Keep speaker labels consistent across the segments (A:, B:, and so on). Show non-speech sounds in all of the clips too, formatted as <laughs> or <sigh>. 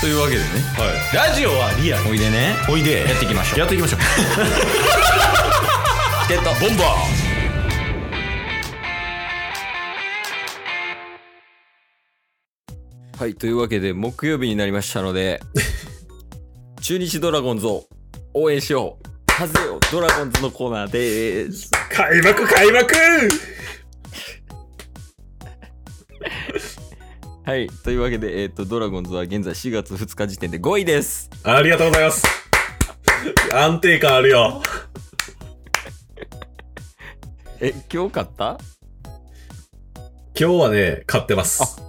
A: というわけでね
B: ラジオはリアル
A: おいでね
B: おいで
A: やっていきましょう
B: やっていきましょう
A: チケットボンバーはいというわけで木曜日になりましたの <laughs> で中日ドラゴンズを応援しよう風をドラゴンズのコーナーでーす
B: 開幕開幕
A: <laughs> はいというわけで、えっとドラゴンズは現在4月2日時点で5位です
B: ありがとうございます安定感あるよ
A: え今日勝った
B: 今日はね勝ってます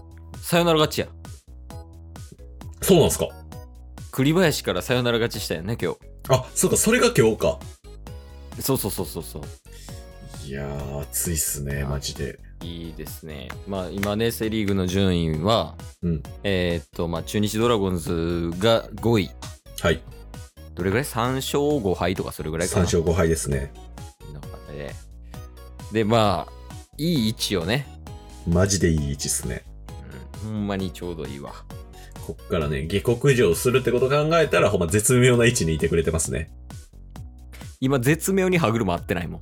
A: サヨナラ勝ちや
B: そうなんすか
A: 栗林からサヨナラ勝ちしたよね今
B: あそうかそれが今日か
A: 日そうそうそうそうそう
B: いやー暑いっすねマジで
A: いいですねまあ今ねセ・リーグの順位は
B: うん
A: えーっと、まあ、中日ドラゴンズが5位。
B: はい
A: どれぐらい ?3 勝5敗とかそれぐらいか
B: 3
A: な。
B: 勝5敗ですね
A: の中で。で、まあ、いい位置をね。
B: マジでいい位置っすね
A: うん、ほんまにちょうどいいわ。
B: こっからね下克上するってこと考えたらほんま絶妙な位置にいてくれてますね
A: 今、絶妙に歯車合ってない
B: <laughs>
A: もん。い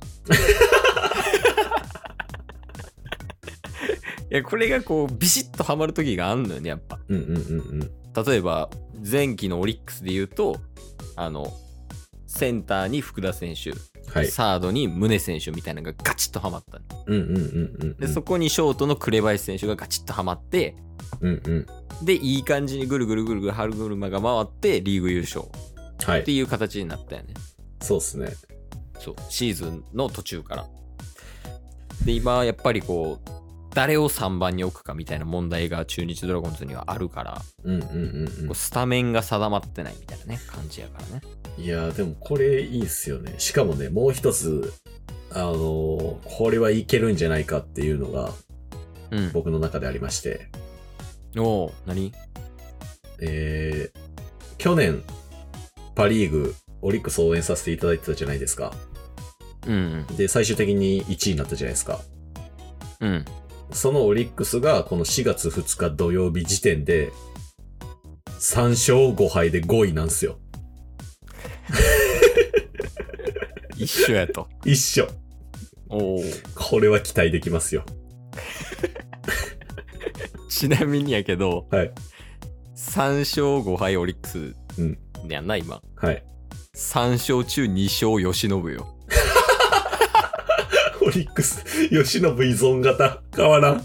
A: や、これがこう、ビシッとハマる時があんのよね、やっぱ。
B: うんうんうんうん
A: 例えば、前期のオリックスで言うと、あの、センターに福田選手、
B: はい
A: サードに宗選手みたいなのがガチッとハマったの
B: うんうんうんうん
A: でそこにショートの紅林選手がガチッとはまって
B: うんうん
A: でいい感じにぐるぐるぐるぐる春車が回ってリーグ優勝
B: は
A: って
B: い
A: いう形になったよね
B: そうっすね
A: そうシーズンの途中からで今やっぱりこう誰を3番に置くかみたいな問題が中日ドラゴンズにはあるから、
B: うんうんうん
A: こ
B: う
A: うスタメンが定まってないみたいなね感じやからね
B: んいやーでもこれいいっすよねしかもねもう一つあのーこれはいけるんじゃないかっていうのが
A: う
B: 僕の中でありまして
A: んおお何
B: えー、去年パ・リーグオリックス応援させていただいてたじゃないですか
A: うん
B: で最終的に1位になったじゃないですか
A: うんうん
B: そのオリックスがこの4月2日土曜日時点で3勝5敗で5位なんですよ。
A: 一緒やと
B: <laughs> 一緒。
A: おお
B: これは期待できますよ。
A: ちなみにやけど、
B: はい
A: 3勝5敗オリックス
B: うん
A: やんな、今。
B: はい。 <laughs>
A: 3勝中2勝吉信よ。
B: オリックス、吉信依存型、変わらん。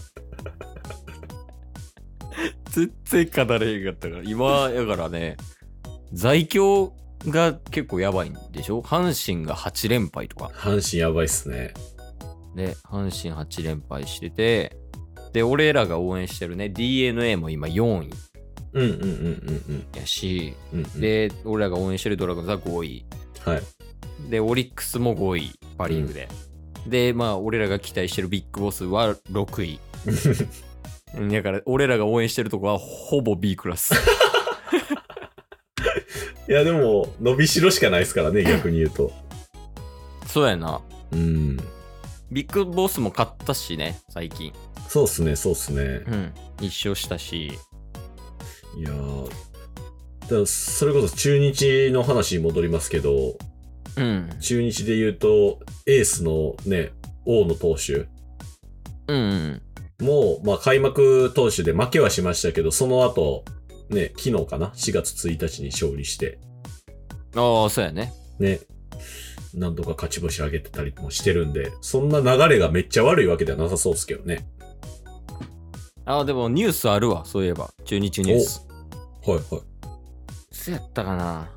A: 全然語れへんかったから。今、やからね、在京が結構やばいんでしょ阪神が8連敗とか。
B: 阪神やばいっすね。
A: ね、阪神8連敗してて、で、俺らが応援してるね、DNA も今4位
B: うんうんうんうん
A: やし、
B: うん。うんうん、
A: で、俺らが応援してるドラゴンズは5位。
B: はい。
A: で、オリックスも5位、パ・リーグで。で、まあ、俺らが期待してるビッグボスは6位。 <laughs> うんだから、俺らが応援してるとこはほぼ B クラ <laughs> ス。
B: いや、でも、伸びしろしかないっすからね、逆に言うと。
A: そうやな。
B: うん。
A: ビッグボスも勝ったしね、最近。
B: そうっすね、そうっすね。
A: うん。一勝したし。
B: いやーだからそれこそ中日の話に戻りますけど、
A: うん。
B: 中日で言うと、エースのね、大野投手
A: うんうん。
B: も、まあ開幕投手で負けはしましたけど、その後、ね、昨日かな ?4 月1日に勝利して、
A: ああ、そうやね。
B: ね、なんとか勝ち星上げてたりもしてるんで、そんな流れがめっちゃ悪いわけではなさそうですけどね。
A: ああ、でもニュースあるわ、そういえば。中日ニュース。
B: はいはい。
A: そうやったかな。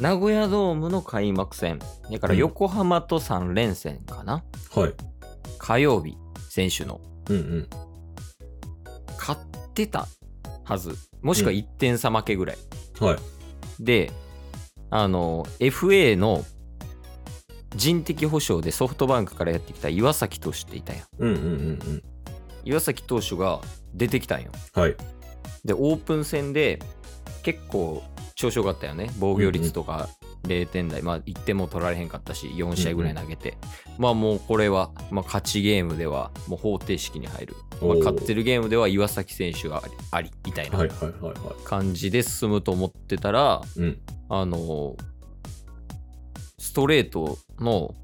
A: 名古屋ドームの開幕戦。だから横浜と3連戦かな。
B: はい。
A: 火曜日、選手の。
B: うんうん。
A: 勝ってたはず。もしくは1点差負けぐらい。
B: はい。
A: で、あの、FA の人的保障でソフトバンクからやってきた岩崎投手っていたやん。
B: うんうんうん
A: 岩崎投手が出てきたんよ。
B: うん。はい。
A: で、オープン戦で結構調子よかったよね。防御率とか0点台、まあ、1点も取られへんかったし、4試合ぐらい投げて、まあもうこれは、まあ、勝ちゲームではもう方程式に入る、まあ、
B: おー
A: 勝ってるゲームでは岩崎選手がありありみたいな
B: はいはいはいは
A: 感じで進むと思ってたら、
B: い。うん。
A: あのストレートの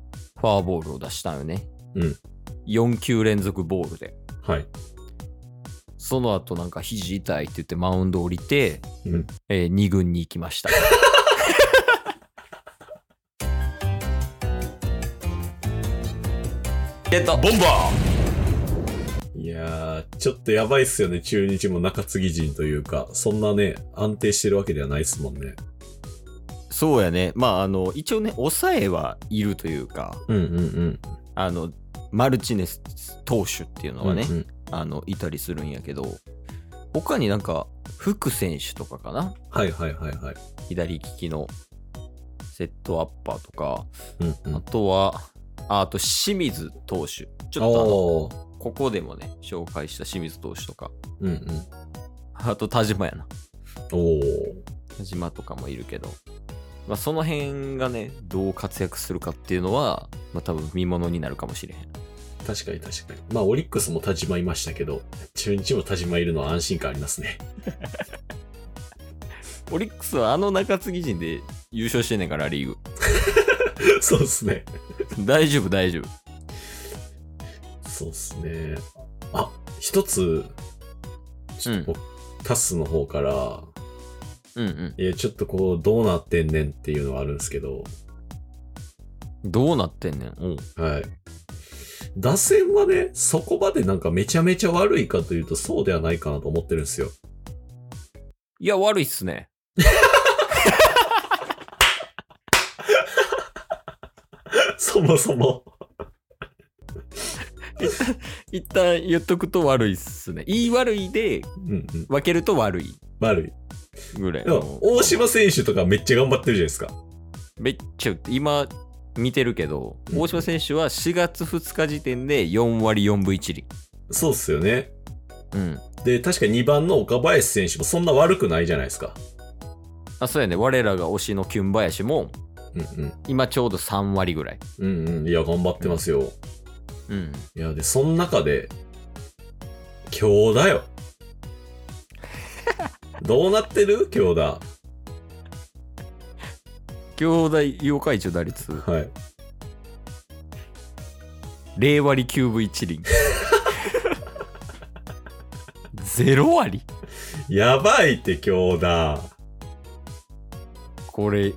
A: フォアボールを出したよね。
B: うん
A: 4球連続ボールで。
B: はい。
A: その後なんか肘痛いって言ってマウンド降りて、
B: うん
A: え2軍に行きました。ゲットボンバー
B: いやー、ちょっとやばいっすよね。中日も中継ぎ陣というか、そんなね、安定してるわけではないっすもんね。
A: そうやね。まあ、あの、一応ね、抑えはいるというか、
B: うんうんうん。
A: あの、マルチネス投手っていうのはね、
B: うんうん
A: あの、いたりするんやけど、他になんか、福選手とかかな
B: はいはいはいはい。
A: 左利きのセットアッパーとか、
B: うんう
A: あ
B: ん。
A: とは、ああと清水投手。ちょっとあの
B: おー。
A: ここでもね、紹介した清水投手とか、
B: うんうん。
A: あと田島やな。
B: おー。
A: 田島とかもいるけど、まあ、その辺がね、どう活躍するかっていうのは、まあ、多分見ものになるかもしれへん。
B: 確かに確かに。まあ、オリックスも田島いましたけど、中日も田島いるのは安心感ありますね。 <laughs>
A: オリックスはあの中継ぎ陣で優勝してんねんから、リーグ。
B: そうっすね。
A: 大丈夫、大丈夫。
B: そうっすね。あ、一つ、ちょっとこう、タスの方から、
A: うんうん。
B: いや、ちょっとこう、どうなってんねんっていうのはあるんですけど、
A: どうなってんねん。おう
B: はい。打線はね、そこまでなんかめちゃめちゃ悪いかというと、そうではないかなと思ってるんですよ。 <laughs>
A: いや、悪いっすね。
B: そもそも。
A: 一旦言っとくと悪いっすね。言い悪いで
B: うんうん。
A: 分けると悪い
B: 悪い。
A: ぐらい
B: でも
A: の。、
B: 大島選手とかめっちゃ頑張ってるじゃないですか。
A: めっちゃ今見てるけど、
B: うん
A: 大島選手は4月2日時点で4割4分1厘。
B: そうっすよね。
A: うん。
B: で、確か2番の岡林選手もそんな悪くないじゃないですか。
A: あ、そうやね。我らが推しのキュン林も、
B: うんうん。
A: 今ちょうど3割ぐらい。
B: うんうん。いや、頑張ってますよ。
A: うん。
B: いや、で、その中で、京田よ。どうなってる京田。
A: 兄弟妖怪中打率、
B: はい。
A: 0割9分1厘。0割
B: やばいって、京田。
A: これ、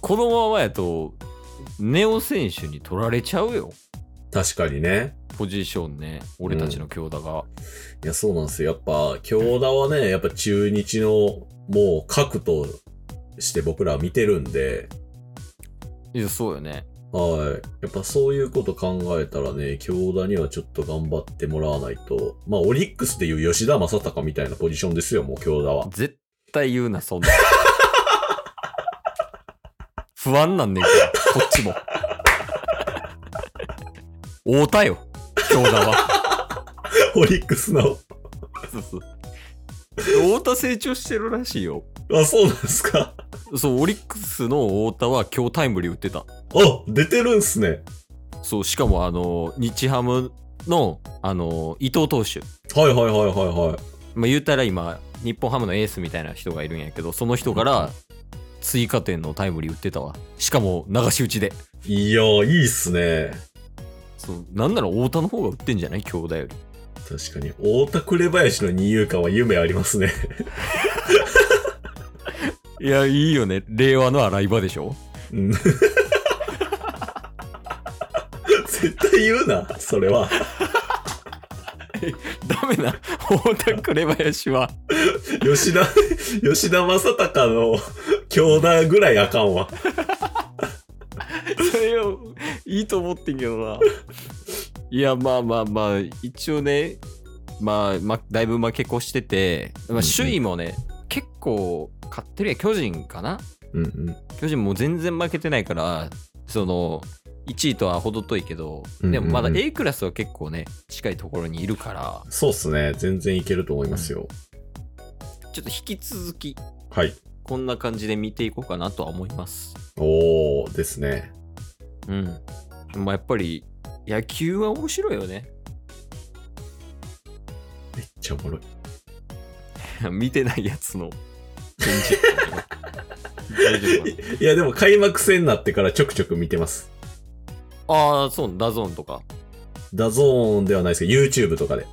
A: このままやと、ネオ選手に取られちゃうよ。
B: 確かにね。
A: ポジションね。俺たちの強打が。
B: いや、そうなんですよ。やっぱ、京田はね、やっぱ中日の、もう、核として僕らは見てるんで、
A: いや、そうよね。
B: はい。やっぱそういうこと考えたらね、京田にはちょっと頑張ってもらわないと。まあ、オリックスでいう吉田正尚みたいなポジションですよ、もう京田は。 <laughs>
A: 絶対言うな、そ <laughs> んな。不安なんねんから、こっちも。太田よ、強打は。
B: オリックスの。
A: そうそう太田成長してるらしいよ。
B: あ、そうなんですか。
A: そう、オリックスの太田は今日タイムリー打ってた。
B: あ、出てるんすね。
A: そう、しかもあの、日ハムの、あの、伊藤投手。
B: はいはいはいはいはい。
A: まあ、言うたら今、日本ハムのエースみたいな人がいるんやけど、その人から追加点のタイムリー打ってたわ。しかも流し打ちで。
B: いやー、いいっすね。
A: そう、なんなら太田の方が打ってんじゃない京田より。
B: 確かに、大田紅林の二遊間は夢ありますね。
A: いや、いいよね。令和の洗い場でしょ
B: うん <laughs> 絶対言うな、それは。
A: ダメな、太田紅林は。
B: 吉田、吉田正尚の強打ぐらいあかんわ。
A: それを、いいと思ってんけどな。いや、まあまあまあ、一応ね、まあ、ま、だいぶ負け越してて、まあ、首位もね、結構勝ってるやん巨人かな
B: うんうん。
A: 巨人もう全然負けてないから、その、1位とは程遠いけど、でもまだ
B: うんうん
A: A クラスは結構ね、近いところにいるから、
B: そうっすね。全然いけると思いますよ。
A: ちょっと引き続き、
B: はい。
A: こんな感じで見ていこうかなとは思います。
B: おー、ですね。
A: うん。まあ、やっぱり、野球は面白いよね。 <laughs>
B: めっちゃおもろい。
A: 見てないやつの返事。大丈夫か
B: いや、でも開幕戦になってからちょくちょく見てます。
A: な <laughs> ああ、そう、ダゾーンとか。
B: ダゾーンではないですけど、YouTube とかで。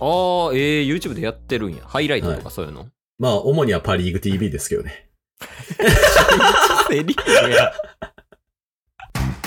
A: ああ、えー、YouTube でやってるんや。ハイライトとかそういうの。
B: まあ、主にはパリーグ TV ですけどね。
A: セリーグや。 <laughs>